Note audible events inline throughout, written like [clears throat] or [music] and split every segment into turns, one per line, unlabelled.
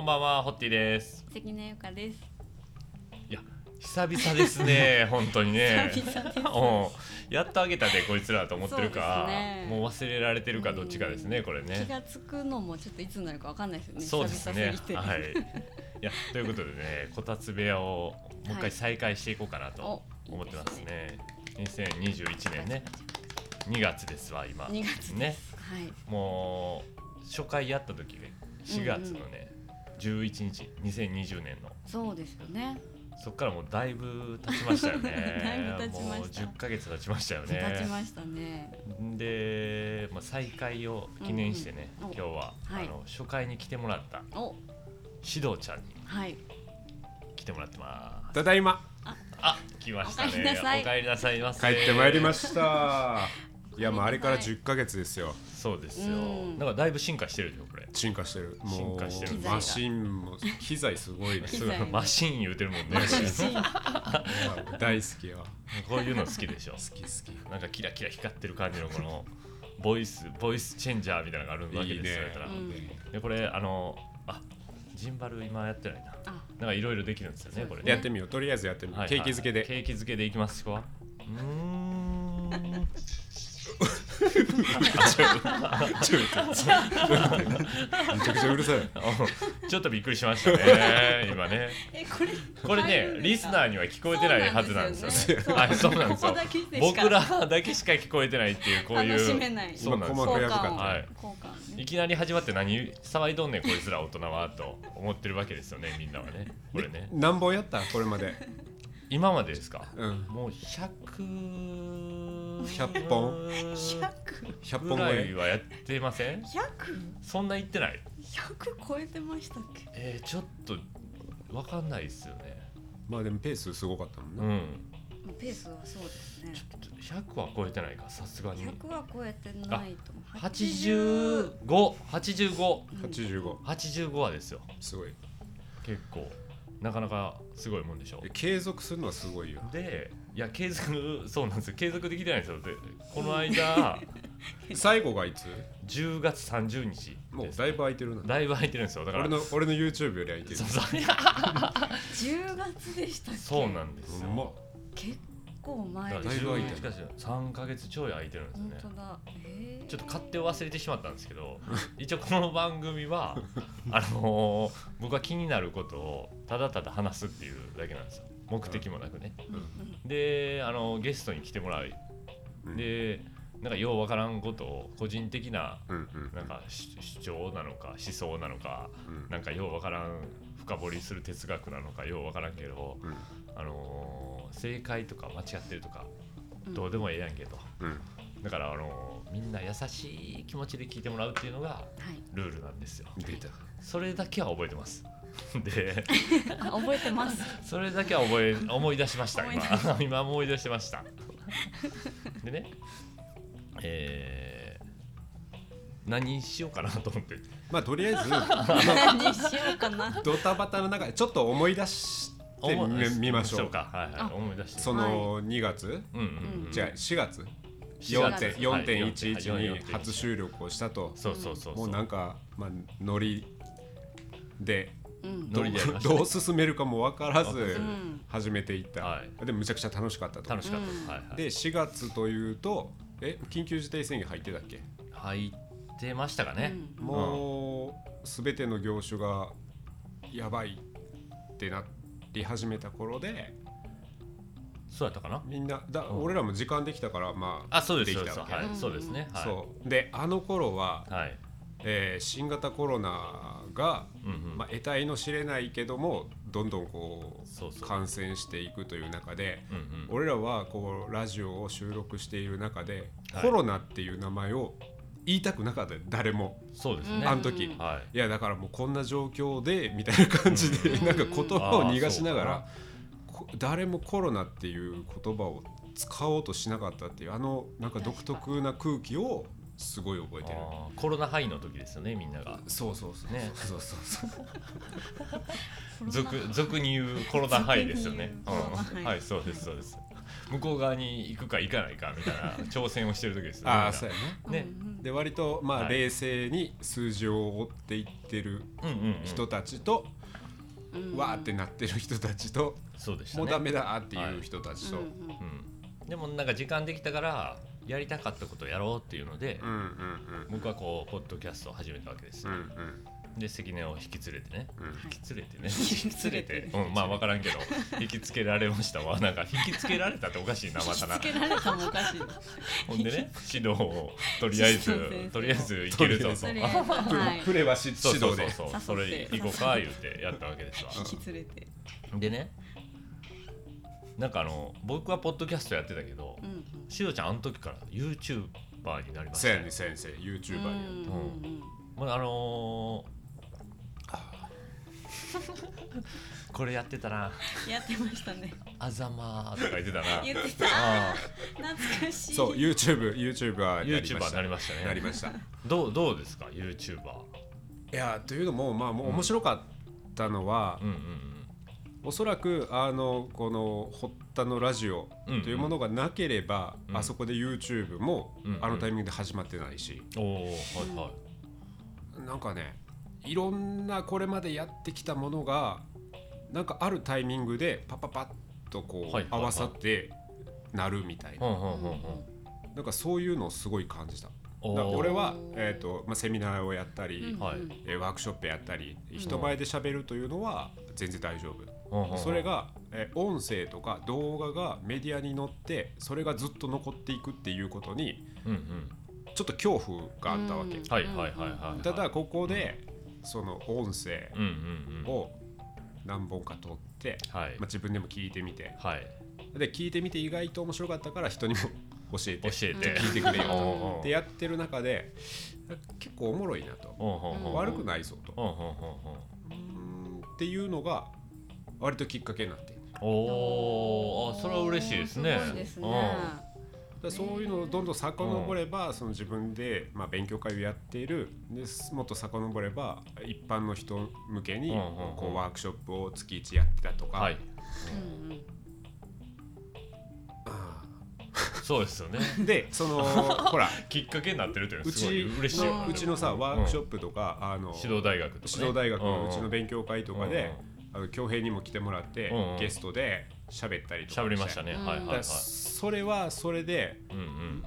んばんは、ホッティです。
関根由香です。
久々です
[laughs]
ね、本当にね。
久々です
うん、やっとあげたで、こいつらと思ってるか、
そうですね
もう忘れられてるかどっちかですね、これ
気
ね。
がつくのもちょっといつになるかわかんないですよね。
そうですね
久々す。ぎて
はい。いや、ということでね、こたつ部屋をもう一
は
回
い
再開していこうかなと
お
思ってますね。2021年ね、2月ですわ、今。
2月
ね
で、す。はい。
もう初回やった時で、4月のね、11日、2020年の。
そうですよね。。
そっからもうだいぶ経ちましたよね
[laughs] だいぶ経ちました
もう10ヶ月経ちましたよ
立ち
ね。
ましたね。
で、まあ、再開を記念してね、
うんうんお
今日は、
はい
あの初回に来てもらった
お、
シドちゃんに
はい。
来てもらってます。
ただいま
あ、来ましたね。
お帰りなさい
お帰りなさいませ。
帰ってまいりま
し
したいやもうあれから10ヶ月ですよ
た。そうですよ。
うん
なんかだいぶ進化してるでしょこれ。
進化してるも
進化してる
うマシンも機材すごいね
機
す
材
ごいマシン言うてるも
[laughs]
んね。
大好きよ
こういうの好きでしょ
好。き好
なんかキラキラ光ってる感じのこのボイスボイスチェンジャーみたいなのがあるわ
き
け
いい
です
ね
よ。だから
うん
でこれあのあジンバル今やってないな
あ、
なんかいろいろできるんですよねこれね
やってみようとりあえずやってみよ
は
う
い
ケーキ漬け
はいケ
で
ーキ漬けでいきますかうー [laughs] ん
[laughs] めちゃくちゃうるさい
ちょっとびっくりしました [laughs] ね今ね
え、これ。
これねリスナー
に。
には聞こえてないはずなんですよね
そうな
[laughs] は
ん
い
です
そ
よ
う
ね
なんですよ
ここだけでしか
僕らだけしか聞こえてないっていうこうい
楽し
う
めない。
そうなんですよ
今鼓膜破
交換を
かっ
はい
効果ね。
いきなり始まって何騒いどんねんこいつら大人はと思ってるわけですよねみんなはねこれね
た何本やったこれまで
今までですか
うん
もう100
100本
百。
100
ぐ
本超
らい
え
はやってません
百。
そんな言ってない
百超えてましたっけ。
えー、ちょっとわかんないですよね
まあでもペースすごかったもん
う
ね
ん
ペースはそうですね
ち。ょっと100は超えてないかさすがに
百は超えてないと思う。80
858585
85
はですよ
すごい
結構なかなかすごいもんでしょ
継続するのはすごいよ
でいや継続そうなんですよ継続できてないんですよでこの
[laughs]
間
最後がいつ
10月30日
もう
です
だいぶ空いてるな
だいぶ空いてるんですよだから
俺の俺の YouTube より空いてる
そうそう
10月でしたっけ
そうなんです
う
よ
まっ
結構
だ
前
から
です
だいぶ空いてる
しかし3ヶ月ちょい空いてるんですよ
本
ね
当だえー、
ちょっと勝手を忘れてしまったんですけど一応この番組はあのー僕は気になることをただただ話すっていうだけなんですよ目的もなくね
うんうん
であのゲストに来てもらい
うん
でなんかようわからんことを個人的な
うんうん
なんか主主張なのか思想なのか
うん
なんかようわからん深掘りする哲学なのかようわからんけど、
うん
あのー正解とか間違ってるとか
うん
どうでもええやんけと、
うん
だから、あのーみんな優しい気持ちで聞いてもらうっていうのが
はい
ルールなんですよ
出た
それだけは覚えてます [laughs] で
あ覚えてます
それだけは覚え思い出しました
[laughs] 思い出
今 [laughs] 今思い出してましたでねえー何しようかなと思って
まあとりあえ
[laughs]
ず
何しようかな
ドタバタの中でちょっと思い出して
思い出
み
し
見ましょう
かはいはい
あ
思い出して
その2月、
うんうん、うん、
違う4月
4.1
4.1 4.11
はい
に初収録をしたと
そうそうそう
もうなんか、まあ、ノリで
うん
ノ
どう
リでやりましたね
どう [laughs] 進めるかも分からず
ん
始めていった、
は
でもむちゃくちゃ楽しかったと
楽しかったです、
うん
はいはい
で4月というとえ緊急事態宣言入ってたっけ
入ってましたかね、
うん
もうすべての業種がやばいってなり始めた頃で
そうやったかな
みんなだ、
うん
俺らも時間できたからまあ
あそうです
で
そう
き
で
た
す
わけ
はい、
うん
そうですねはい
そうであの頃は、
はい
えー新型コロナが、
うんうん、
まあ、得体の知れないけどもどんどんこう
そうそう
感染していくという中で
うんうん、
俺らはこうラジオを収録している中で、
はい
コロナっていう名前を言いたくなかったよ誰も、
そうです
う
ね
あの時、
うん
はい
いやだからもうこんな状況でみたいな感じで、
うん
なんか言葉を逃がしなが
あ
ら、こ誰もコロナっていう言葉を使おうとしなかったっていうあのなんか独特な空気をすごい覚えてる。
あーコロナ範囲の時ですよねみんなが
そうそうそう
ね
そうそう
[laughs]
そうそう
俗俗に言うコロナ範囲ですよね
俗に言うコロナ範囲
うんはいそうですそう
[laughs]
です向こう側に行くか行かないかみたいな挑戦をしてる時ですよね
ああそうやね
ね
うんうん
で割とま
は
あ
い
冷静に数字を追っていってる
うんうんうん
人たちと、
うん
わーってなってる人たちと、
そうでしたね
もうダメだっていう人たちと、
うん
うん、でもなんか時間できたからやりたかったことをやろうっていうので、
うんうんうん
僕はこうポッドキャストを始めたわけです
う
よ、
んうん
で関根を引き連れてね
うん
はい
引き連れてね
[laughs] 引き連れて
うん、まあ分からんけど引きつけられましたわなんか引きつけられたっておかしいなまた
引
な
きつけられたもおかしいな。
ほんでね指導をとりあえ
指導
ず
先生
とりあえずいけるぞと
[laughs] そ
そ
れ
う
プレ
はい
プレはし
そう
指
そ
導
う
で
そう
指導で
それ行こうか言うてやったわけですわ
引き連れて。
でねなんかあの僕はポッドキャストやってたけど
うんうん。
しどちゃんあの時から YouTuber になりまし
そ
た
う
よ
やね先生 YouTuber に
うんうん
もうあのー、これやってたな
うんやってましたね。
「あざまー」とか言ってたな
言ってた。
あ
懐かしい。
そう YouTube YouTuber
あ
になり
YouTuber
まし
に
た
なりましたね
なりましたい
どうどうですか YouTuber
やというのもまあもう面白かったのは
うん、うん
おそらくあのこの堀田のラジオというものがなければ、
うん
あそこで YouTube も
うん
あのタイミングで始まってないし、
うんおおはいはい
なんかねいろんなこれまでやってきたものがなんかあるタイミングでパッパパッとこう、
はいはいはい
合わさってなるみたいな、
うんうんうんうん
なんかそういうのをすごい感じた。
お
だから
ー
俺は、えーとまあ、セミナーをやったり、
うん
はい
えーワークショップやったり人前で喋るというのは全然大丈
うんう
夫、
んうん
それが、えー音声とか動画がメディアに乗ってそれがずっと残っていくっていうことに
うんうん
ちょっと恐怖があったわけ、
うん
はいはいはいはい
ただここで、その音声
うんうんうん
を何本か撮って、
はい
まあ、自分でも聞いてみて
はい
で聞いてみて意外と面白かったから人にも教え
教
て
えて
聞いてくれよ
うん
お
でやってる中で結構おもろいなと
おお
うん
悪く
い
ないぞと
おお
うんっていうのが割ときっかけになって
おーあそれは嬉しいですね
すごいですね。
でそういうのをどんどん遡れば、その自分で、まあ、勉強会をやっているですもっと遡れば一般の人向けに、
うんうんうん
こうワークショップを月1やってたと
う
か、
んはい
うんうん
そうですよね
で
[laughs]
そのほら
きっかけになってるというの
う
はすご
ち
い嬉しいよな
うちのさワークショップとか、あの
指導大学とかね
指導大学のうちの
ん
勉強会とかで、あの恭平にも来てもらって、
うんうん
ゲストで喋ったりとか
喋りました
ね。
ね
うん
はいはいは
だか
い
らそれはそれで
うん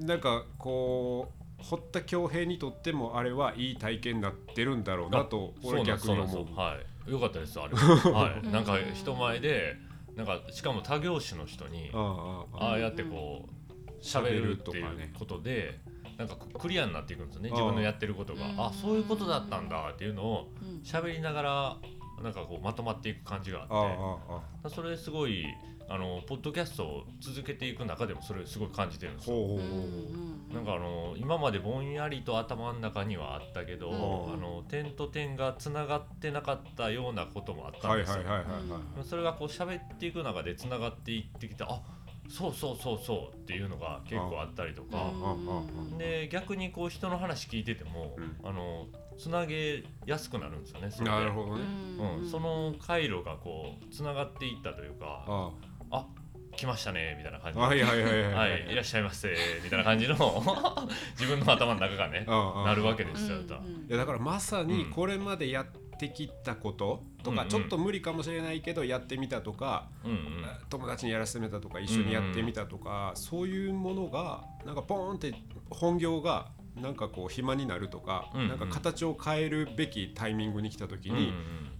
うん
なんかこう堀田恭平にとってもあれはいい体験になってるんだろうなと俺は逆に
そ
思
うな
う
んですはいよかったですあ
[laughs]
れはいなんか
うん
人前でなんかしかも他業種の人に
ああああ
ああやってこう喋るっていうことでなんかこうクリアになっていくんですよね
うん
自分のやってることが
うん
あそういうことだったんだっていうのを
うん
喋りながらなんかこうまとまっていく感じがあって
あああああ
だからそれすごいあのポッドキャストを続けていく中でもそれすごい感じてるんですよ。
ほうほうほう
う
なんかあの今までぼんやりと頭の中にはあったけど、
うん
あの点と点がつながってなかったようなこともあった
は
ん
い
で
はい
すよ。
はいはいはい
それがこう喋っていく中でつながっていってきたあそうそうそうそうっていうのが結構あったりと
あ
か、で逆にこう人の話聞いてても、
うん
あのつなげやすくなるんですよね。それで
なるほどね
うん、その回路がこうつながっていったというか
あ
あ来ましたねみたいな感
あ
じで、
はいはいはいは
はいい、いらっしゃいませみたいな感じの自分の頭の中がね
ああ
なるわけ
い
ですよ、だから
やだからまさにこれまでやってきたことと
うんう
か
ん
ちょっと無理かもしれないけどやってみたとか
うんうん
友達にやらせてみたとか一緒にやってみたとかそういうものがなんかポーンって本業がなんかこう暇になるとか
うんうん
なんか形を変えるべきタイミングに来た時
うん
に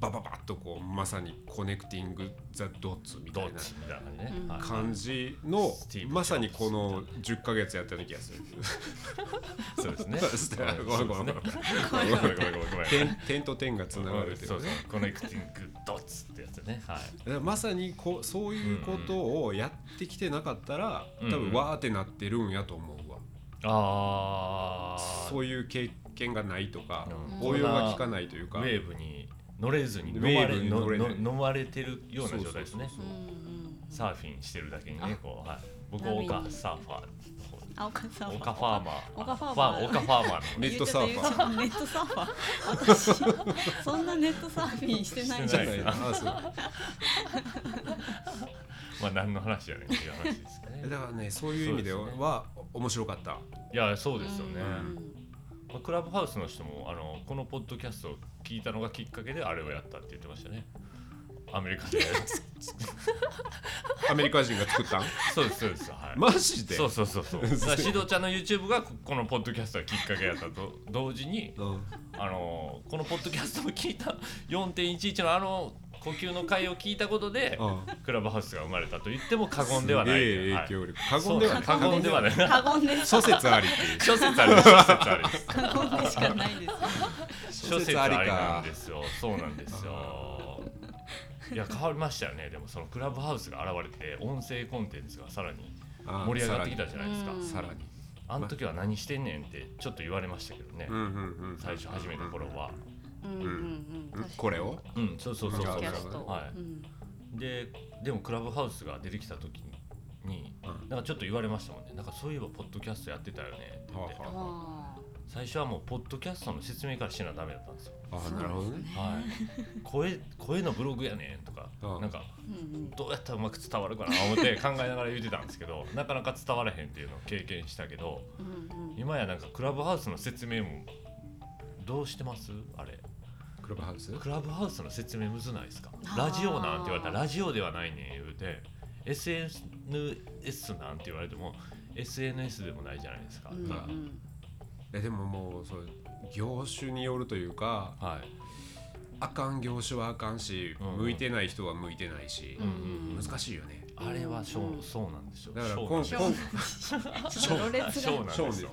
バババッとこうまさにコネクティング・ザ・ドッツみ
ど
た
っ
いな
ちみたいな感じね、
うん
はい
感じの
スティーブ
まさにこの10ヶ月やったような気が
[laughs]
する。
そうですね
ごめんごめ
ごめんごめ
んごめん
んごめんごめんごめん
点点と点がつながるって
そ
こ
う
と
そ
ね
うコネクティングドッツってやつねはい
だからまさにこうそういうことをやってきてなかったら
うんうん
多分わーってなってるんやと思うわ。
あー
そういう経験がないとか
うん
応用が効かないという
ウ
か。
ェーブに乗れずに飲ま
ウェー
れ
ブに乗れない
のの飲まれてるような状態ですね
そうそうそう
サーフィンしてるだけにねこう、はい、僕
波
オ
に
カサーファ
あ、お母さ
ー
ん
オカファーマー
オカファー
フ
マー
ァオカファーマー
ネットサーファー
ー。ネットサーファー。私、そんなネットサーフィンしてない
して
じゃ
な
ないい
です
ああそう
のまあ何の話やねんっていう話ですね
[laughs] だからねそういう意味で
そうです
は面白かった
いやそうですよね、
うん
まあ、クラブハウスの人もあのこのポッドキャストを聞いたのがきっかけであれをやったって言ってましたねアメリカで
[laughs] アメリカ人が作ったん
そうですそうですはい、
マジで
そうそうそう
[laughs]
そうだからシドちゃんの YouTube がここのポッドキャストがきっかけやったと同時に
うん
あのこのポッドキャストを聞いた4.11のあの呼吸の会を聞いたことで
うん
クラブハウスが生まれたと言っても過言ではない
すげえ影響力過言ではない
過言ではない [laughs]
過言でし
諸説ありっていう
諸説ありです諸説ありです
過言でしかないです。
諸説ありなんですよそうなんですよいや変わりましたよねでもそのクラブハウスが現れて音声コンテンツがさらに
あ
盛り上がってきたじゃないですか
うん
さらに
あの時は何してんねんってちょっと言われましたけどね
うんうんうん
最初始めた頃は
うんうんうん
うんこれを
うんそうそうそう
ポッ
そ
ド
う
キャスト
は
うん
いででもクラブハウスが出てきた時になんかちょっと言われましたもんねなんかそういえばポッドキャストやってたよねって言って
はあは
あ
最初はもうポッドキャストの説明からしなダメだったんですよ
あなるほどね
はい、声声のブログやねんとか、
うん
なんか
ーうん
どうやったらうまく伝わるかな思って考えながら言ってたんですけどなかなか伝わらへんっていうのを経験したけど
うんうんうん
今やなんかクラブハウスの説明もどうしてますあれ
クラブハウス
クラブハウスの説明むずないですか
あー
ラジオなんて言われたらラジオではないねん言うて SNS なんて言われても SNS でもないじゃないですか、
うん
だか
えでももうそう業種によるというから
はい
あかん業種はあかんし
うんうん
向いてない人は向いてないし
う、ん
難しいよね
あれはそう,、
うん
そうなんですよ
だから
そう
こん
なんですよ
こん
プロレス
そう
が
なんですよ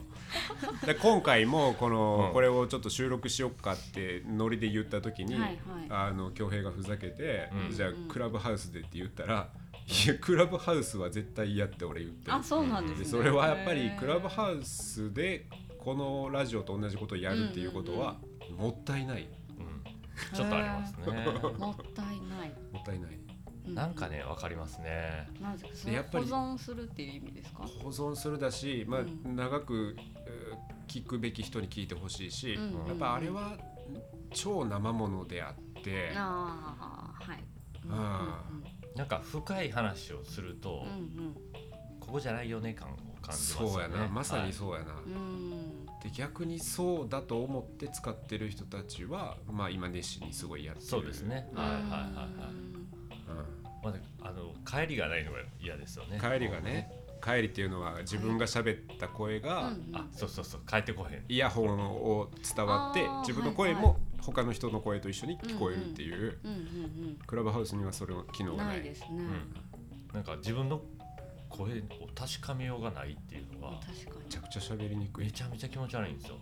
で今回もこの、
うん
これをちょっと収録しよっかってノリで言った時に、
はいはい
あの恭平がふざけて、
うん
じゃあクラブハウスでって言ったら「いやクラブハウスは絶対嫌」って俺言って
あそうなんです
で
ね。
それはやっぱりクラブ
ウ
ハウスでこのラジオと同じことをやるっていうことは、もったいない
うんちょっとありますね。
もったいない。
もったいない
うん
なんかね、わかりますね。
なんですかそ
で
れ
やっぱり
保存するっていう意味ですか。
保存するだし、まあ
うん
長くえー聞くべき人に聞いてほしいし、
うん
やっぱあれは超生ものであって。
ああはい。
あ
なんか深い話をする
う
と、
ん
ここじゃないよね感を感じますよね。
そうやなまさに
う。
そうやな、
うんうんうん
で逆にそうだと思って使ってる人たちはまあ今熱心にすごいやってる
そうです、ね。はいはいはいはい。
う
まあ、あの帰りがないのが嫌ですよね。
ん帰りがね。帰りっていうのは自分が喋った
う
声
ん
が
うん
あ、そうそうそう、帰ってこへん。
イヤホンを伝わって
あー
自分の
は
声
いは
も他の人の声と一緒に聞こえるっていう
うんうん
クラブハウスにはそれの機
う
能
ん
がな
ないいですね。
うん。なんか自分の声を確かめようがないっていうのは、
確か
めちゃくちゃ喋りにく
め
い
ちゃめちゃ気持ち悪いんですよ。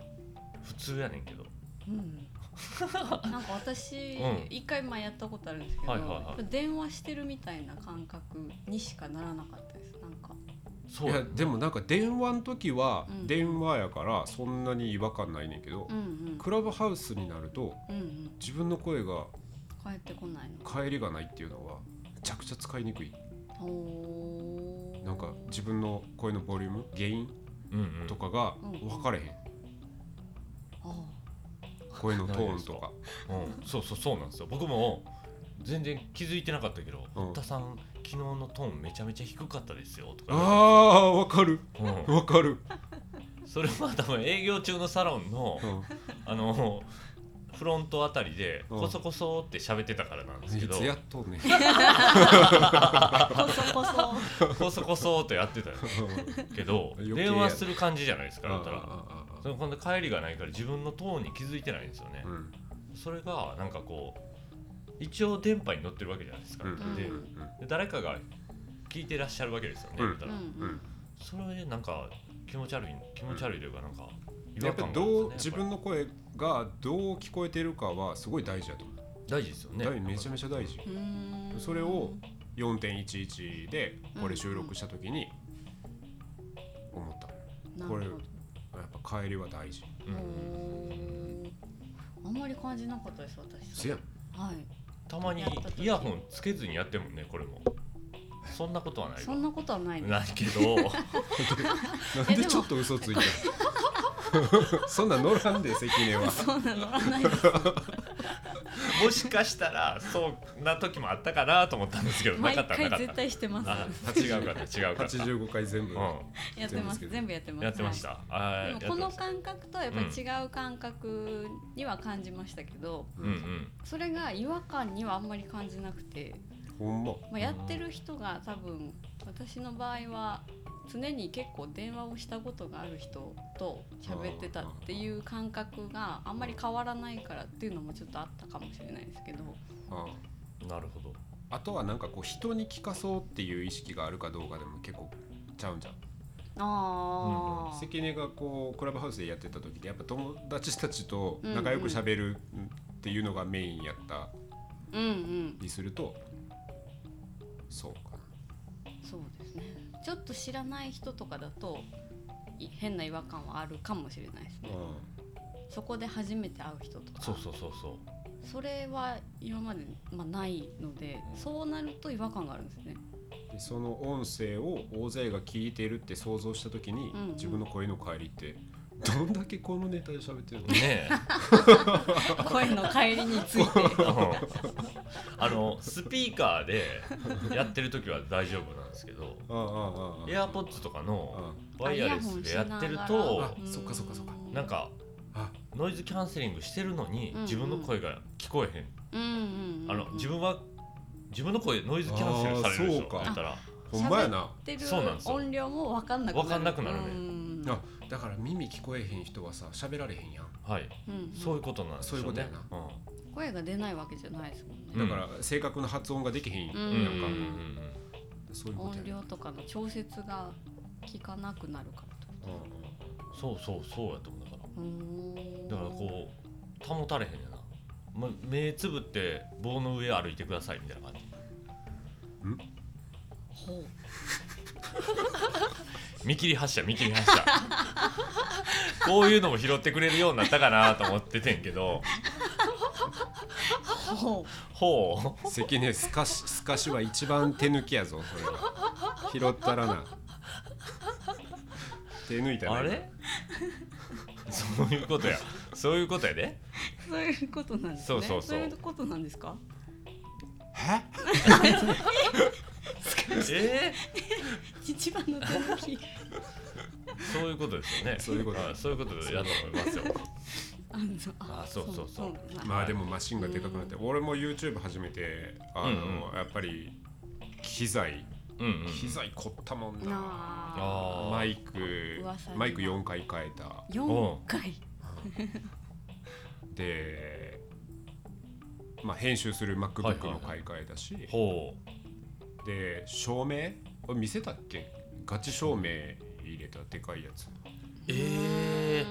普通やねんけど。
に。うん。 [laughs] なんか私
うん
一回前やったことあるんですけど
はいはいはい
やっぱ電話してるみたいな感覚にしかならなかったです。なんか。
そ
いう
や
や
ね。
でもなんか電話の時は
うん
電話やからそんなに違和感ないねんけど
うんうん。
クラブハウスになると
うんうん。
自分の声が
帰ってこないの。
帰りがないっていうのはめちゃくちゃ使いにくい
おー
なんか自分の声のボリューム原因
うんうん
と。かが
うん
分かれへん、
あー
声のトーンとか
うん、そうそうそうなんですよ僕も全然気づいてなかったけど「
うん
堀田さん昨日のトーンめちゃめちゃ低かったですよ」とか、
あー分かる
う
分かる、
ん、それは多分営業中のサロンの
うん
あのフロントあたりで
うん
こそこそって喋ってたからなんですけ
い
ど
つやっと
[laughs]
んねん
こそこそ。
こそこそってやってたけど
[laughs] 余計や
電話する感じじゃないですか
あー
だ
あ
ったら。
ーあ
そ
ー
の今度帰りがないから自分のトーンに気づいてないんですよね、
うん
それがなんかこう一応電波に乗ってるわけじゃないですか、
うん
[laughs] で
う
で誰かが聞いてらっしゃるわけですよね、
うん
言った
う
ら
ん
う
うんん。
それでなんか気持ち悪い気持ち悪いというかなんか違
や
和感
っぱり
がある
どうん
です
自
よね
分の声がどう聞こえてるかはすごい大事だと思う
大事ですよね
大めちゃめちゃ大事
うーん
それを4.11でこれ収録した時に思った
なるほど
こやっぱ帰りは大事
うん
おーあんまり感じなかったです私
せやん
はい
たまにイヤホンつけずにやってんもんねこれもそんなことはない
そ
わ
んなことはないです
ないけ
[laughs]
ど
な
い
ん
や
で
でも
ちょっと嘘ついて [laughs] るそんなん乗らんで関根は
[laughs]
そうなの乗らないです
もしかしたらそんな時もあったかなと思ったんですけどな
毎
かった
回
なかっ
絶対してます。
たあ違うかった違うかった、う
85回全部、
ん、
やってます。
全部ですけど
全部やってます。
やってました、あ
はい。
ー
でもこ
や
の
ってました
感覚とはやっぱり違う感覚には感じましたけど、
うんうん
それが違和感にはあんまり感じなくて、
ほんま
まあ、やってる人が多分私の場合は常に結構電話をしたことがある人と喋ってたっていう感覚があんまり変わらないからっていうのもちょっとあったかもしれないですけど
あ
なるほど
ああとはなんかこう人に聞かそうっていう意識があるかどうかでも結構ちゃうんじゃん
あー
関根がこうクラブハウスでやってた時ってやっぱ友達たちと仲良く喋るっていうのがメインやった
うんうん
りすると、そうか
そうですねちょっと知らない人とかだとい変な違和感はあるかもしれないです
な、
ねそこで初めて会う人とか
そうそうそうそ
それは今まで、まあ、ないのでそうなると違和感があるんです
[laughs]
ね
でその音声を大勢が聞いてるって想像した時に、
うんうん
自分の声の帰りってどんだけこのネタで喋ってるの
う
[laughs]
ねえ
声の帰りについて
あのスピーカーでやってる時は大丈夫なんですけど
ああああああ
エアポッツとかのワイヤレスでやってる
あ
と
うん
そっかそっかそっか
なんか
あ
ノイズキャンセリングしてるのに
うんうん
自分の声が聞こえへん
うんうんうん
あの自分は自分の声ノイズキャンセルされるでし
あーそう
ょ
か
言ったら
ほんまやな
言って
そうなん
る
ですよ
音量も分かんなくなる
分かんなくなるね
うん
あだから耳聞こえへん人はさ喋られへんやん
はい
うんうん
そういうことなんですよね
そういうことやな
声が出ないわけじゃないですもんね、
うん
だから正確な発音ができへんやんか、
うん
う
うん
ん
うんうん
そういうこと
音
や
量とかの調節が効かなくなるからってこ
うんうん
うんそうそうそうやと思うだから
とうーん
だからこう保たれへんやな、ま、目つぶって棒の上歩いてくださいみたいな感じ
ほう
見切り発車見切り
[laughs]
発車こういうのも拾ってくれるようになったかなと思っててんけど
ほ
ほ
関根すかしすかしは一番手抜きやぞそれは拾ったらな手抜いた
う
らな
あれ [laughs] そういうことやそういうことやで
うそういうことなんですね
そうそうそう
いうことなんですか
え
え
一番の手抜き
ー、そういうことですよね
そういうこと
あそういうことやと思いますよ
[laughs] あの
あそうそうそう
なんだ
まあでもマシンがでかくなって、俺も YouTube 始めてあの、
う
やっぱり機材
うんうん
機材凝ったもん
な
な、
あ
あー
マイク
噂には
マイク4回変えた
四回
で、まあ、編集する MacBook も買い替えたし、
ほ
で照明あ見せたっけガチ照明入れたでかいやつ
うえ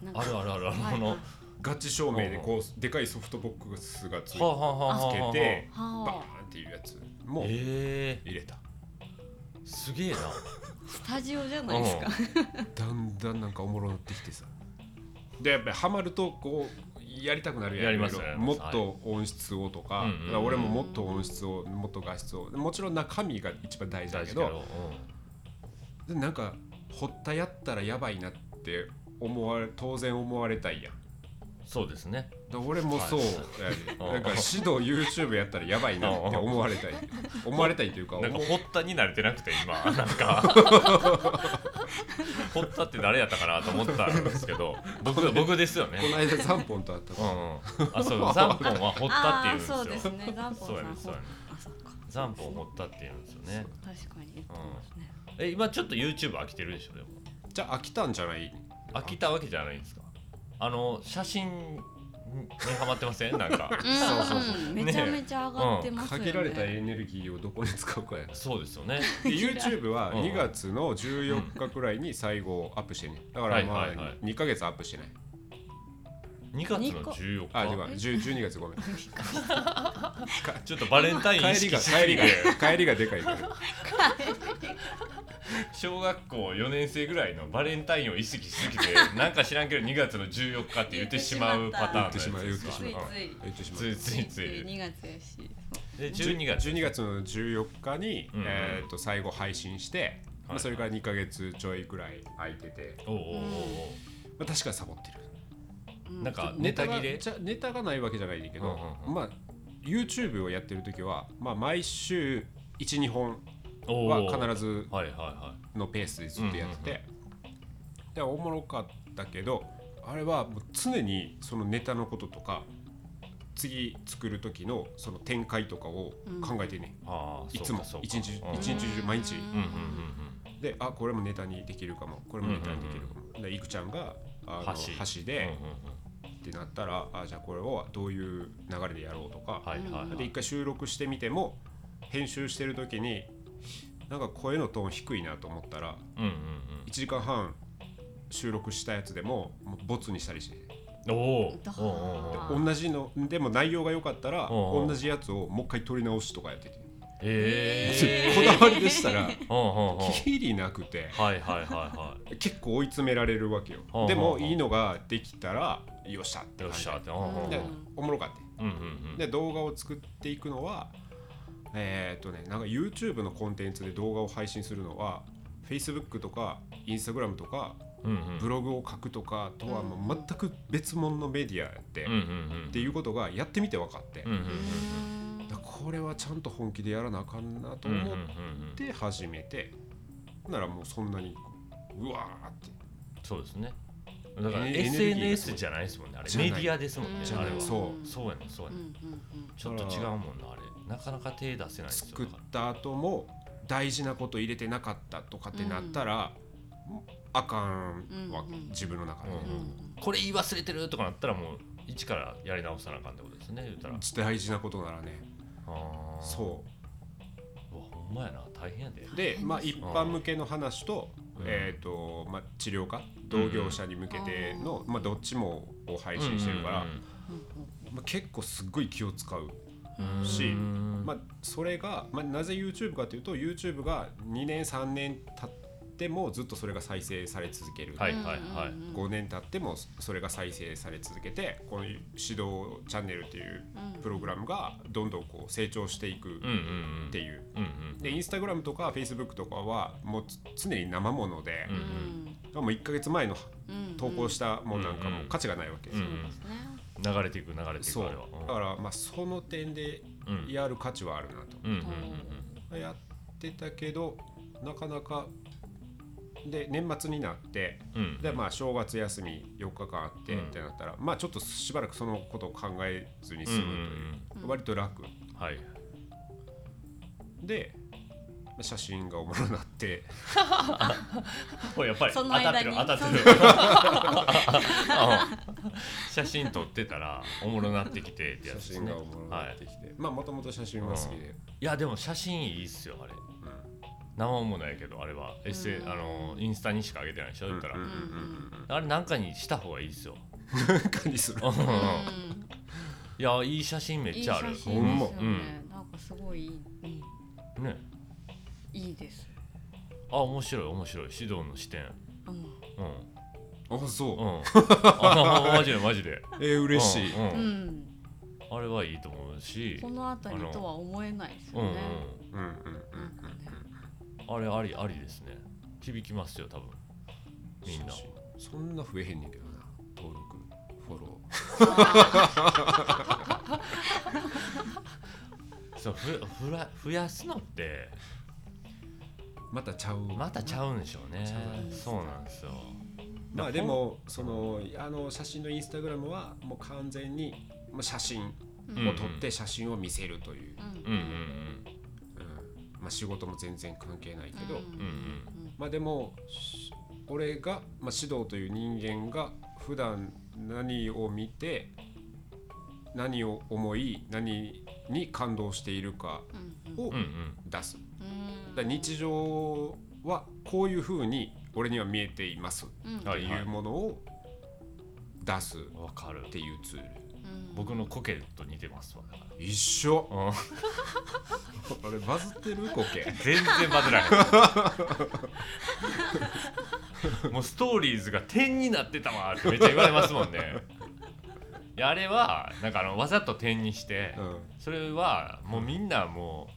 ー、
なんか
あるあるあるある
はい
あの
はい
は
ガチ照明でこうでかいソフトボックスがつい
あはあはあはあはあ
つけてバーン
は
っていうやつも入
え
れた
ー、すげえな
あスタジオじゃないですか
だんだんなんかおもろなってきてさでやっぱりハマるとこうやりたくなるやん
やります
いろいろ
やりま
も
す
っと音質をとか,、
はいうんうん
俺ももっと音質をもっと画質をもちろん中身が一番大事だ
大
け
事だけ
ど
ど、
でなんかほったやったらやばいなって思われ当然思われたいやん
うん、そうですね
だ俺もそう
は
やで
うん
なんか指導 YouTube やったらやばいなって思われたい思われたい
[laughs]
というか
なんか
思う
堀田に慣れてなくて今なんか [laughs] 堀田って誰やったかなと思ったんですけど僕僕ですよね
この間三本とあった
う
か
んうん、あ
[laughs]
そうザンポンは堀田って言うんですよ
あーそうですねザンポン
そう
さ
やね
ん
そうやね
あそっか
ザンポン堀田って言うんですよね
確かに言ってますね、
え今ちょっと YouTube 飽きてるでしょでも
じゃあ飽きたんじゃない
飽きたわけじゃないんですかあの写真にハマってませんなんか
そうそう
うん、めちゃめちゃ上がってますよね。
限
[laughs]
られたエネルギーをどこに使うかやな
そうですよね
で YouTube は
うん
2月の14日くらいに最後アップしてねだからま
は
あ
いはいはい
2ヶ月アップしてない
2月の14
あ違う
日
10 12
[laughs]
月ごめん
ちょっとバレンタイン意
帰り
識
が
しす
帰
ぎ
り
て
が帰りがでか
[laughs]
いから
小学校4年生ぐらいのバレンタインを意識しす
[laughs]
ぎてなんか知らんけど2月の14日って言ってしまうパターンのやつですわ
言ってしまう言ってし
つい
言ってしま
ついつい
つ
つ
い。つい
い
二月やし。
で
12
12月
12月の14日に、
うんうん
えー、と最後配信して、
は
まあ、
い
それから2か月ちょいくらい空いてて、
おうおうおうおう
まあ、確かにサボってる
うん
なんかあ
ネタ
ネタ
が
切れ
じゃネタがないわけじゃないんだけど、
うんうんうん
まあ YouTube をやってる時は、まあ、毎週12本
お
は
ー
必ず
はいはいは
のペースでずっとやってて、
うん
でおもろかったけどあれはもう常にそのネタのこととか次作る時のその展開とかを考えてね、
いああ
いつも
そうか
一
そう
日
かうん
一日中毎日
うんうん
であこれもネタにできるかもこれもネタにできるかも、でいくちゃんがあの
箸
箸
うんうん
で
うん、うんうん
ってなったらあじゃあこれをどういう流れでやろうとか、
はいはいは
で一
い
回収録してみても編集してる時になんか声のトーン低いなと思ったら
うんうん
1時間半収録したやつでももうボツにしたりして
うんお
だ
ーお
あ
ー
ー
同じのでも内容が良かったら
うんうん
同じやつをもう一回撮り直しとかやってて、
へ
へ
え
ー
[laughs] こだわりでしたら
うんうんうん
きりなくて
はいはいはいは
結構追い詰められるわけよ
うんうん
でもいいのができたらよっしゃっ
い
て
よっ
感じ
しゃってうんうんうん
でおもろかって
うんうん
で動画を作っていくのはえーっとねなんか YouTube のコンテンツで動画を配信するのは Facebook とか Instagram とか
うんうんうん
ブログを書くとかとはもう全く別物のメディアやって、
うんうんうん
っていうことがやってみて分かって、
うんうんうん
だからこれはちゃんと本気でやらなあかんなと
うんうんうん
思って始めて、ならもうそんなにうわーって
そうですねだから
エネエネルギーがすご
SNS
い
じゃないですもんねあれ
じゃ
メ
ない
ディアですもんね
じゃ
あ
な
れ
い
は
そう
そうやねそうや
う
ね
んうん
ちょっと違うもんなあれなかなか手出せないですよ
作った後も大事なこと入れてなかったとかってなったら、あかんわ、
うんうん
自分の中で、
うんこれ言い忘れてるとかなったらもう一からやり直さなあかんってことですね言うたら
大事なことならね
あー
そう
わほんまやな大変やで
うで、まあ、
大変で
一
す
般向けの話と,、
うん
えーとまあ、治療家同業者に向けての、まあ、どっちもを配信してるから、まあ、結構すっごい気を使
う
う。
んうん
し
うん
まあ、それが、まあ、なぜ YouTube かというと YouTube が2年3年経ってもずっとそれが再生され続ける、
はいはいはい
5年経ってもそれが再生され続けてこの指導チャンネルっていうプログラムがどんどんこう成長していく
うんうんうん
っていう。
うんうん
でインスタグラムとか Facebook とかはもうつ常に生もので
う、ん
もう1か月前の
ム
投稿したもんなんかも
うん
価値がないわけですよ、
うん
ですね
流れていく流れてい
そ
くあ
う
れは
だからまあその点で
うんうん
やる価値はあるなと
うんうんうん
やってたけどなかなかで年末になって
うんうん
でまあ正月休み4日間あって
うん
ってなったら、まあちょっとしばらくそのことを考えずに済むという、
うんうん
割と楽
うんはい
でまあ写真がおもろなって
これやっぱり
そ
当
の
たって
間
る
に
当たってる [laughs] うん写真撮ってたらおもろなってきてってや
写
つです
真
ね
がおもろなってきて、まあもともと写真は好きで、
いやでも写真いいっすよあれ
うん
生もないけどあれは、エッセイ
うん
あのインスタにしか上げてないでしょ
う
言
んう
っ
ん
たら、
うんうん
あれなんかにした方がいいっすよ
うん感じす
[laughs]
る
うんいやいい写真めっ
いい
ちゃあ
写
る
真ですよねなんかすごい
うんね
いいです
あ面白い面白い指導の視点うん
あ
う
そ
んあマジでマジで
う、えー、嬉しい、
うん
う
うん
ん
あれはいいと思うし
この辺りとは思えないです
う
よ
んうん
ね
うんうんう
な
ん
んかね
あれありありですね響きますよ多分
うん
みんな
写真そんな増えへんねんけどな登録フォロ
そうふふら増やすのって
ーまたちゃう
またちゃうんでしょうね
ちゃうん
そうなんですよ
まあ
だ
で
から
もそのあの写真のインスタグラムはもう完全にまあ写真を
ん
撮って写真を見せるという、
うんうん
うんまあ、仕事も全然関係ないけ
う
ど、
んうんうん
まあでもし俺が、まあ、指導という人間が普段何を見て何を思い何に感動しているかを
うんうん
出す。だから日常はこういうふうに俺には見えています
は
っていうものを出すっ
わかる
ていうツール。
僕のコケと似てますわだか
一緒
ら、うん、
あれバズってるコケ
全然バズらへんもうストーリーズが点になってたわってめっちゃ言われますもんねいやあれはなんかあのわざと点にして、それはもうみんなも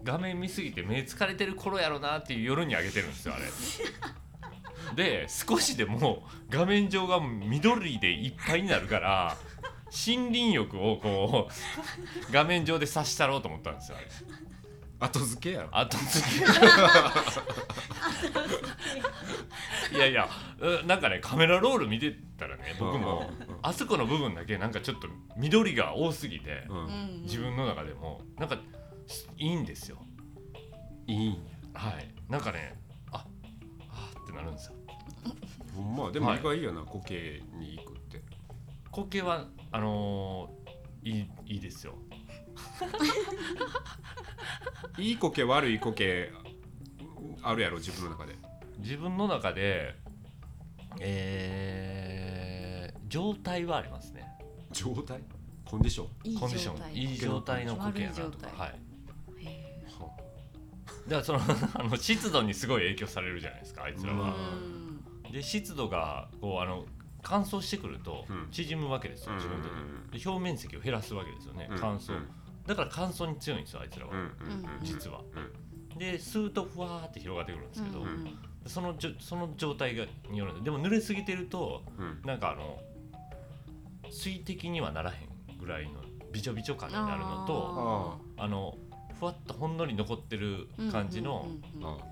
う画面見すぎて目疲れてる頃やろなっていう夜に上げてるんですよあれで少しでも画面上が緑でいっぱいになるから森林浴をこう画面上でさしたろうと思ったんですよあれ
後付けやろ
後付けいやいやうなんかねカメラロール見てたらね僕もあそこの部分だけなんかちょっと緑が多すぎて
うんうんうん
ん
自分の中でもなんかいいんですよ
いいんや
はいなんかねああーってなるんですよ
ほんまでも
はい
意外やな固形に行くって
固形はあのーいいいいですよ
いい固形悪い固形あるやろ自分の中で
自分の中でえー、状態はありますね
状態コンディション
いい
コ
状
ンディション
態
いい状態の固形やなと
悪い状
か
態
はい
へ
だからその [laughs] あの湿度にすごい影響されるじゃないですかあいつら
ー
う
は。
うん
で湿度がこうあの乾燥してくると
うん
縮むわけですよ、自分でで表面積を減らすわけですよね、乾燥だから乾燥に強いんですよあいつらは、
うんうんうん
実は。で吸うとふわーって広がってくるんですけど、
うんうん
そのじょその状態がによるんででも濡れすぎてると
うん
なんかあの水滴にはならへんぐらいのびちょびちょ感になるのと
あ
あのふわっとほんのり残ってる
ー
感じの、
うんうんうんうん
あ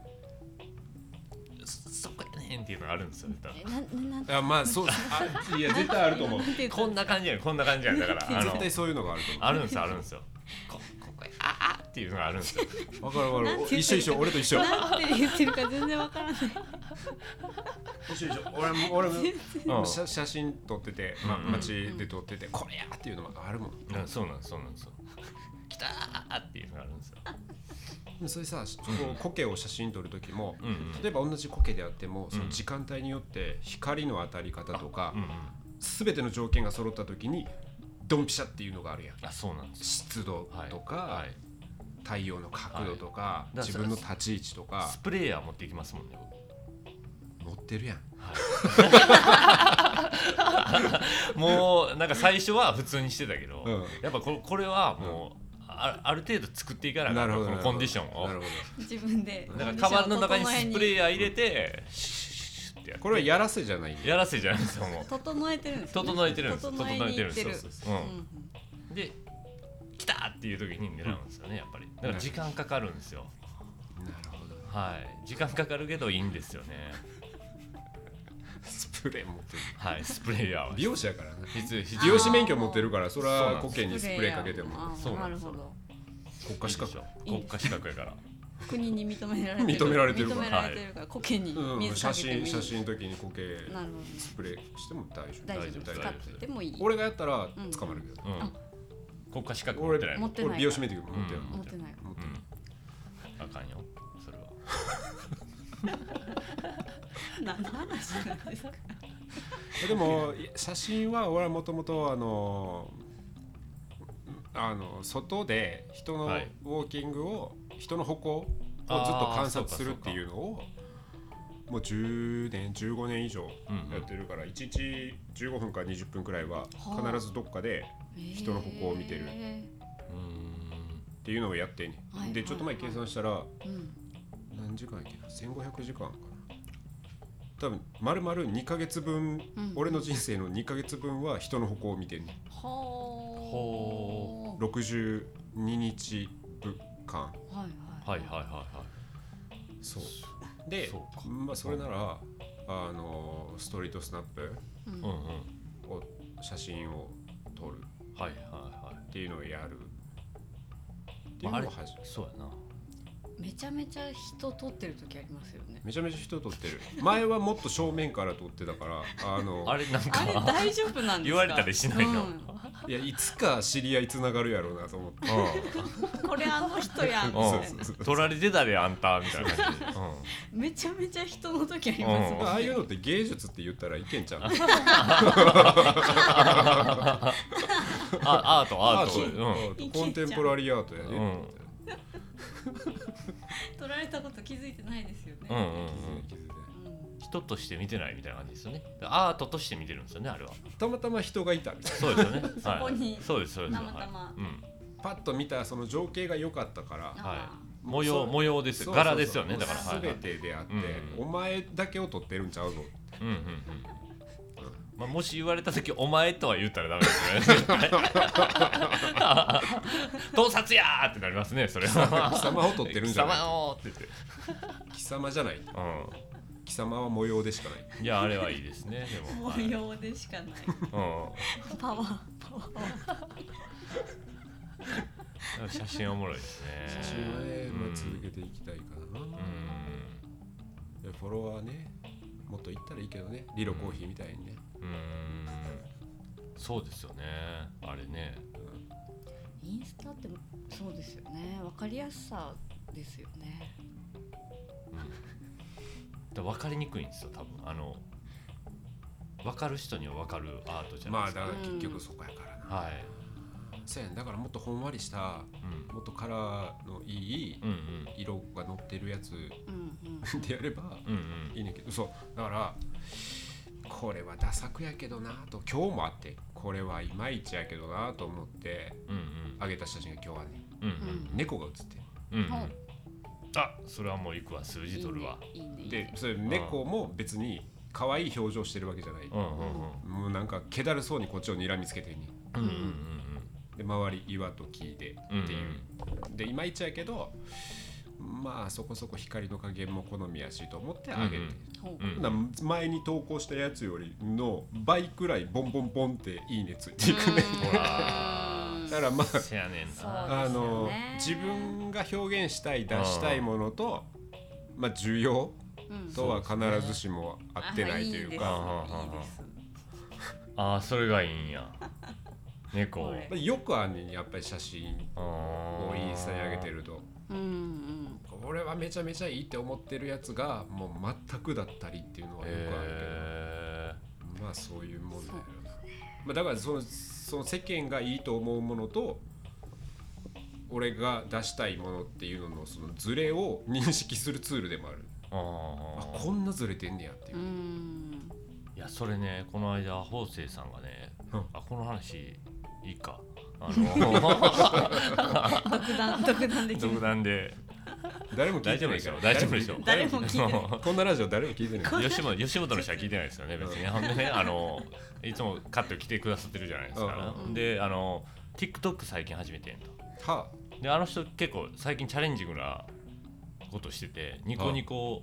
そそこやねんっていうのがあるんですよだから
えなななん
あいやまあ [laughs] そうあいや絶対あると思う
なんて言った
こんな感じやねんこんな感じやねんだからあの
[laughs] 絶対そういうのがあると思う
あるんですよあるんですよこ [laughs] ここやああっていうのがあるんですよ
わかるわか
なんて言っ
る
てる
一緒一緒俺と一緒
なんて言ってるか全然わからない。
一緒一緒俺も俺も
うん
写写真撮ってて、ま、
うん
街で撮ってて、これやっていうのもあるもん、
うんそうなんですそうなんですよきたーっていうのがあるんですよ
それさこう苔を写真撮る時も、
うんうん
例えば同じ苔であってもその
うん
時間帯によって光の当たり方とか、
うんうん
すべ全ての条件が揃った時にドンピシャっていうのがあるやん
あそうなんです
湿度
はい
とか、
はい
太陽の角度とか、
いだから
自分の立ち位置とか
スプレーヤー持っていきますもんね僕
持ってるやん
もうなんか最初は普通にしてたけど、
うん
やっぱここれはもう、あある程度作っていかなあか
なんる
か
ほ
ら
ど
こ
な
のコン
るほど
ディションを
なるほ
自分で。
だからカバンの中にスプレー
ー。
ヤー入れてシュッシュッシュッシュッってやっ
ど
て
これはやらせじゃない
やらせじゃないんですよもう
整えてるんですね。
整えてるんです
整えに行って
整えてるん
る
ですそうそうそううんで来たっていう時に狙うんですよねやっぱりだから時間かかるんですよ
なるほど
はい時間かかるけどいいんですよね
スプレー持ってる
はいスプレーヤーは
美容師やからな
必要必
美容師免許持ってるからそれ
そう
は
なんです
苔にスプレーかけても
あ
そう
な
なん
る
です
ほ
よ
ど。
国家資格
いい
国家資格やから
国に認められてる。
認められてる
認められてるから、苔に
うん、
水
写
かけてもい
真
い。
写真の時に固形
なるほど。
スプレーしても大丈夫
大
大丈
丈
夫
夫。
大
使
丈夫
ってもいい。
俺がやったら捕まるけど、
うん国家資格持
俺
ってない
持
の
ってない
俺美容師免許持ってる、
うん
持ってないから。
持っ
う
てる
んあかんよそれは
何の話なんですか。
でもいや写真は俺はもともとあのあの外で人のウ
はい
ォーキングを人の歩行をずっ
あー
と観
そう
察
か
するっていうのをもう10年15年以上やってるから、一日15分から20分くらいは
はあ
必ずどっかで人の歩行を見てる
へ
うーん
っていうのをやってんねん、
はい
でちょっと前計算したら、
ー。うん。
何時間やっけな1500時間かな多分丸々2ヶ月分、
うん
俺の人生の2ヶ月分は人の歩行を見てんね
ほー。
62日分間
はい
は
は
はいはい
いい
はい
そうで
そうか
まあ、それならあのストリートスナップ
い。うん
うんうん
を写真を撮る
はいはいは
っていうのをやるっていうのが始め
いそうやな
めちゃめちゃ人撮ってる時ありますよね。
めちゃめちゃ人撮ってる前はもっと正面から撮ってたからあの
あれなん
あれ
か
大丈夫なんで
言
すか。
われたりしないの
うん
いやいつか知り合いつながるやろうなと思って
これあの人やんみたいな
うん取られてたであんたみたいな感じ
めちゃめちゃ人の時あります
うん
ああいうのって芸術って言ったらいけんちゃう
うん [laughs] あアートアート
アー
うん
いけんちゃう
コンテンポラリーアートやね、
うん
取られたこと気づいてないですよね、
うんうん
気づ
う
い
ん
て気づいて
うん
人として見てないみたいな感じですよねアートとして見てるんですよねあれは
たまたま人がいたみたい
[laughs] そうですよねはい
そこに
そうですそうです
たまたま
はいうん
なパッと見たその情景が良かったから
あ
模様模様ですよ柄ですよねだから
す
はいは
べ
い
てであって、
うん
お前だけを取ってるんちゃうぞ
うんうんうんまあ、もし言われた時「お前」とは言ったらダメですよね絶対盗撮やーってなり [laughs] ますねそれは
貴様を取ってるんじゃない
貴様をって言って、
貴様じゃない
うん
貴様は模様でしかない、
いやあれはいいですねでも
模様でしかない
うん
パワーパワー
写真おもろいですね
写真はね、ま
う
あ、
ん
続けていきたいかな、でフォロワーねもっといったらいいけどねリロコーヒーみたいにね、
うんうんそうですよねあれね
インスタってそうですよねわかりやすさですよね
だから分かりにくいんですよ多分あの分かる人には分かるアートじゃない
ま
ですか、
あだから結局そこやからな、
はい、
せやんだからもっとほんわりした
うん、
もっとカラーのいい
うんうん
色が乗ってるやつ
うんうん
でやれば
うんうん
いいねんけどそうだからこれはダ作やけどなと今日もあってこれはいまいちやけどなと思って
うん
あげた写真が今日はね
うんうん
猫が写ってる
うんうん
は
あそれはもう行くわ数字取るわ
いいねいいねいい
で
ね
それ猫も別に可愛い表情してるわけじゃない、
うんうん
もうなんか気だるそうにこっちを睨みつけてんねん
うんうんうん
で周り岩と木でっていう、でいまいちやけどまあそこそこ光の加減も好みやしと思ってあげて、
うん
ほ
うん
ほんなら前に投稿したやつよりの倍くらいボンボンボンっていいねついていくね、
うんほら
うん
ー
だからまあ
せやねん
そう
な
あ
そう
の
です
自
よね
分が表現したい出したいものと、まあ、需要
うん
とは必ずしも合ってないという
あ
か
は
あいいです
あーそれがいいんや
こ
猫
れ
まあよくあんねんやっぱり写真
あ
を
ー
インスタに上げてると
うんうん
これはめちゃめちゃいいって思ってるやつがもう全くだったりっていうのはよくあるけど。
へ
まあそういうもんだよな、まあ、だからそのその世間がいいと思うものと俺が出したいものっていうののそのズレを認識するツールでもある
ーあ
あ
ー
こんなズレてんねやっていうう、
[laughs] ん
いやそれねこの間法政さんがね、
うん
あこの話いいかあの
独断独断できる
独断で
誰も聞
大
いて
丈夫
な
で
い
し
か
ょ
ら
大丈夫でしょ
誰も聞いてない
も
こんなラジオ誰も聞いてない、
う吉本吉本の人は聞いてないですよね別にほんでねあのいつもカット来てくださってるじゃないですか
うんうん
であの TikTok 最近始めてんと
は
であの人結構最近チャレンジングなことしててニコニコ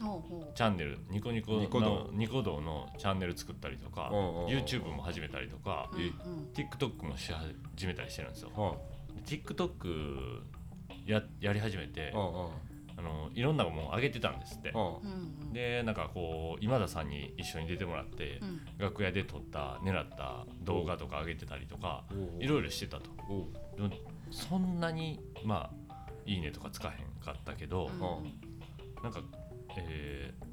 ほうほ
チャンネルニコニコの
ニコ動
ニコ動のチャンネル作ったりとか
うんうんうん
YouTube も始めたりとか
ううんうん
TikTok もし始めたりしてるんですよ
あは
TikTok ややり始めて
あは
あのいろんなもの上げてたんですって
あは
うんうん
でなんかこう今田さんに一緒に出てもらって
うん
楽屋で撮った狙った動画とか上げてたりとか
あおう
いろいろしてたと
おう
でもそんなにまあ「いいね」とかつかへんかったけど
うん
なんか、えー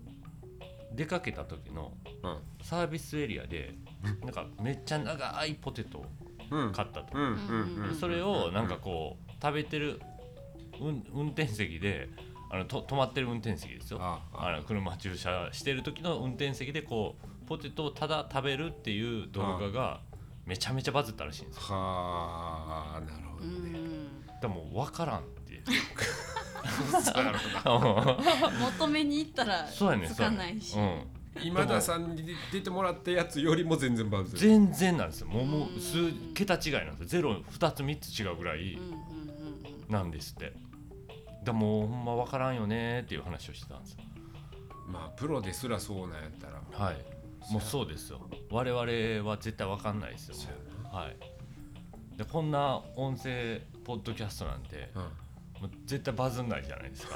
出かけた時の
うん
サービスエリアでなんかめっちゃ長いポテトを
うん
買ったと
うんうんうん
でそれをなんかこう食べてる運運転席であのと止まってる運転席ですよ
ああ
あの車駐車してる時の運転席でこうポテトをただ食べるっていう動画がめちゃめちゃバズったらしいんですよ
はあなるほ
う
どね、
ん
でも分からんって [laughs] いう
なるほど
求めに行ったら
そうやねん
つかない
[laughs]
し
そうやねんうん
今田さんに出てもらったやつよりも全然バズる
全然なんですよもうも
う
うん数桁違いなんですよゼロ2つ3つ違うぐらい
うんうんうんうん [laughs]
なんですってでもうほんま分からんよねっていう話をしてたんですよ
まあプロですらそうなんやったら
はいもうそうですよ我々は絶対分かんないですよはいでこんな音声ポッドキャストなんて
うん
もう絶対バズんないじゃないですか [laughs]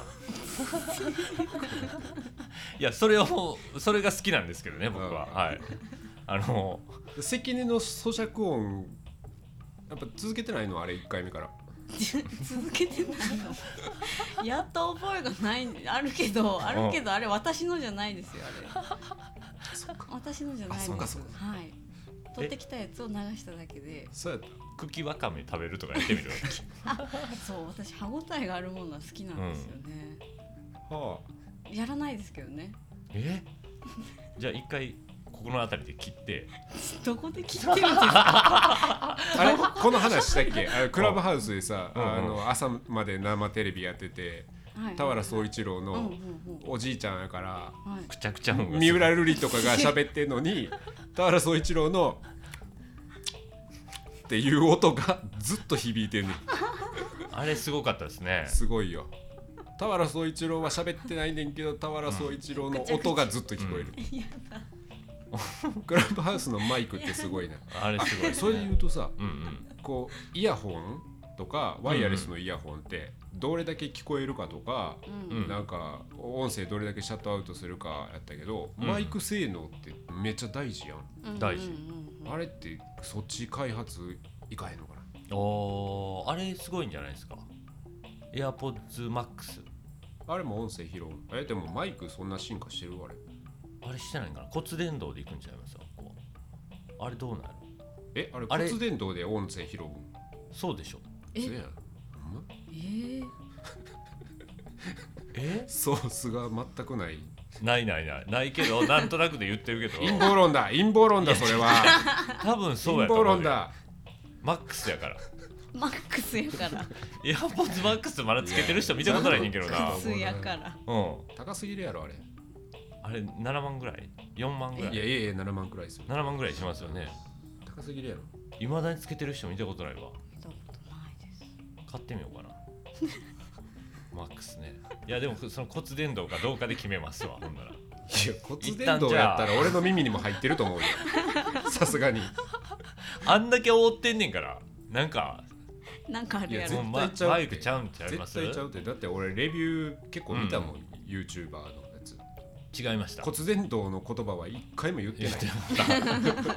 いやそれをそれが好きなんですけどね僕は、
うん
はいあの
関根の咀嚼音やっぱ続けてないのあれ1回目から
続けてないの [laughs] やった覚えがないあるけどあるけどあれ私のじゃないですよあれ私のじゃない
あ
です
そうかそうか
はい取ってきたやつを流しただけで
そうやった
茎わかめ食べるとかやってみ
[laughs]
る
そう私歯ごたえがあるものは好きなんですよね、
は
やらないですけどね
えじゃあ一回こここの辺りで切って
どこで切ってるんですか
あれこの話したっけあれクラブハウスでさ、
うんうん
あの朝まで生テレビやってて田原総一郎
うんうん
の
うん
おじいちゃんやから、
はい
くちゃくちゃのが
三浦瑠麗とかが喋ってん
[laughs]
のに田原総一郎のっていう音がずっと響いてるの
あれすごかったですね
すごいよ田原総一郎は喋ってないねんけど田原総一郎の音がずっと聞こえる、 [laughs] クラブハウスのマイクってすごいな
あれすごいです
[laughs] そ
ね
れで言うとさ
うんうん
こうイヤホンとかワイヤレスのイヤホンってどれだけ聞こえるかとか、
うん
うん
なんか音声どれだけシャットアウトするかやったけど、
うん
マイク性能ってめっちゃ大事やん、
うん
大事
うんうんうん
あれってそっち開発いかへんのかな
おーあれすごいんじゃないですか AirPodsMax
あれも音声拾うえでもマイクそんな進化してるあれ
あれしてないんかな骨伝導でいくんちゃいますかこうあれどうなる
えあれ
あれ
骨伝導で音声拾う
そうでしょ
え
そうやんほんま
えー
え
ソースが全くない
ないないないないけどなんとなくで言ってるけど
陰謀論
[laughs]
だ陰謀論だそれは
多分そう
陰
やと思
謀
う
論
よ
だ
マックスやから
マックスやから
エアポッズマックスまだつけてる人見たことないねんけどな
マックスやから
うん
高すぎるやろあれ
あれ7万ぐらい4万ぐら
いや
い
いやいや7万くらいする
7万ぐらいしますよね
高すぎるやろ
いまだにつけてる人見たことないわ
見たことないです
買ってみようかな [laughs] マックスねいやでもその骨伝導かどうかで決めますわほんなら
いや骨
一
伝
旦
導
じゃ
や
あ
ったら俺の耳にも入ってると思うよさすがにい
あんだけ覆ってんねんからなんか
なんかある
や
や
絶
ろ
もう
対
マ
ちゃう
マイ
って
クちゃうんちゃいま
絶
す
対ちゃうってだって俺レビュー結構見たもん、YouTuber のやつ
違いました
骨伝導の言葉は一回も言って
言
な
っ
い
てなかっ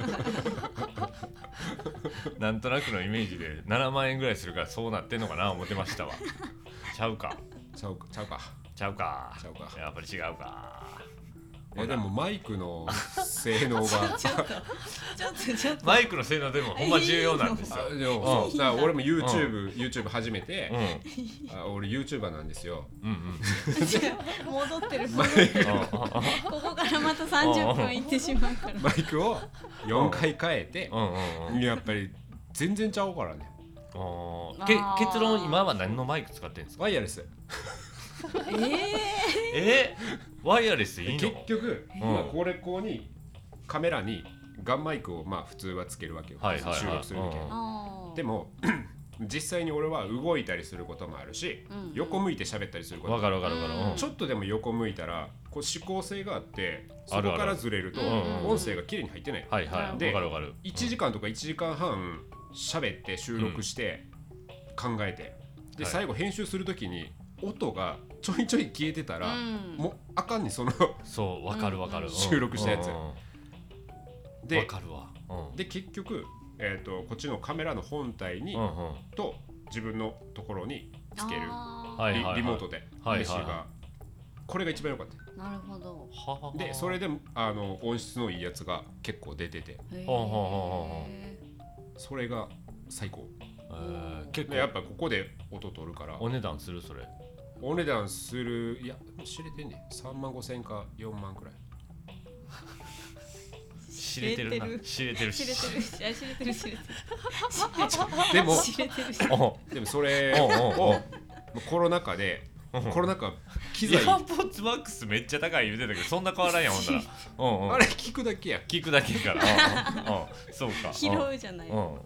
たなんとなくのイメージで7万円ぐらいするからそうなってんのかな思ってましたわちゃうか
ちゃうかちゃうか
ちゃうか
ちゃうか
やっぱり違うか
いやでもマイクの性
[laughs]
能が
ちょっとちょっとちょっと
マイクの性能でもほんま重要なんですよ
あでも
う
だから俺も YouTube、YouTube 始めて
うん、、
あ俺 YouTuber なんですよ
うんうん
戻ってる [laughs] 戻ってるここからまた30分いってしまうから
マイクを4回変えて
う、んうんうん
やっぱり全然ちゃうからね
おーけ
あー
結論今は何のマイク使ってんですか
ワイヤレス
え
えー、ワイヤレスいい
結
の
局、
ん
まあ、これこうにカメラにガンマイクをまあ普通はつけるわけよ、
はいはいはい
収録する時
ー、
う
は、
あー
でも [clears throat] 実際に俺は動いたりすることもあるし、
うん
横向いて喋ったりすることも
わかるわかるわかる
うん
ちょっとでも横向いたらこう指向性があってそこ
あ
か
るあ
ら
る
ずれると
うん
うん
音声がきれいに入ってない、
はいはいわか
で
るわかる
1時間とか1時間半喋って収録して考えて、で
はい
最後編集する時に音がちょいちょい消えてたら、
うん
もうあかんにその
そうわかるわかる、
うん
うん
収録したやつ
うんうんうんわ
で
かるわうん
で結局、えー、とこっちのカメラの本体に、
うんうん
と自分のところにつける
あー
はい
リリモートで、
はいはいはい
レシーバーこれが一番良かった
なるほど
はあ
でそれでもあの音質のいいやつが結構出てて
へー
ほうほうほ
それが最高
えー結
でやっ
構
ぱここで音取るから
お値段するそれ
お値段するいや知れてんね3万5千か4万くらい
知れてるな知れてる
知
し
れてるしあ知れてる知れてる
でも
知れてるし
お
でもそれ
[laughs] おうおうおう
をコロナ禍で
うん
コロナ禍機
イヤ
材
ーポッツマックスめっちゃ高い言うてたけどそんな変わらんやんほんならうんうん
あれ聞くだけや
聞くだけやからうんうんうんそうか
拾
うん
うじゃない
うん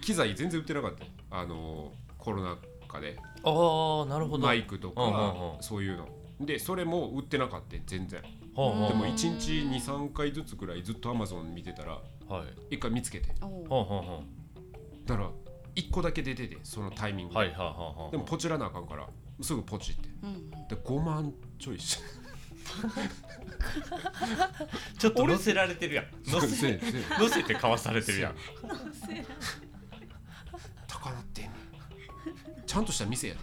機材全然売ってなかったよあのコロナ禍で
ああなるほど
マイクと
うんうん
か
うん
そういうのでそれも売ってなかった全然
ほうほう
でも
うん
1日23回ずつくらいずっと Amazon 見てたら
はい
1回見つけて
お
ほ
お
うほうほ
だから1個だけ出ててそのタイミン
う
グで、
はいはいはいはい
でもポチらなあかんからすぐポチって
うんうん
で5万ちょ
[laughs]
いし
ちょっと乗せられてるやん乗
そうそう
せ乗せてかわされてるやん
高なってんねんちゃんとした店やで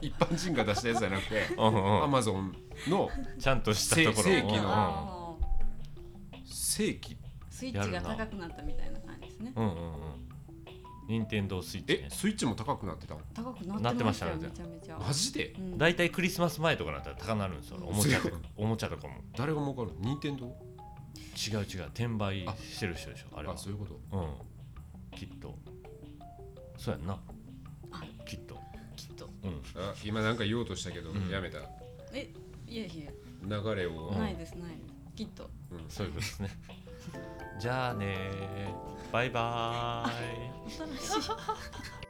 一般人が出したやつじゃなくて
うんうんうん
Amazon の
ちゃんとしたところ
正正規
うん
あ
正規
ースイッチが高くなったみたいな感じですね
うんうんうんうん任天堂スイッチ
え
ね
スイッチも高くなってたの
高くなってましたよ
なって
め
まし
ちゃめちゃ
マジで
うん
大体クリスマス前とかなったら高なるんですよおもちゃとか
強い
おもちゃとかも
誰が儲かるの任天堂
違う違う転売してる人でしょあれは
あそういうこと
うんきっとそうやんな
あ
きっと
きっと
うん
あ今なんか言おうとしたけど、
うん
やめた
えいやいや、
流れを、
ないですないですきっと
うん
そういうことですねじゃあねバイバーイ
新しい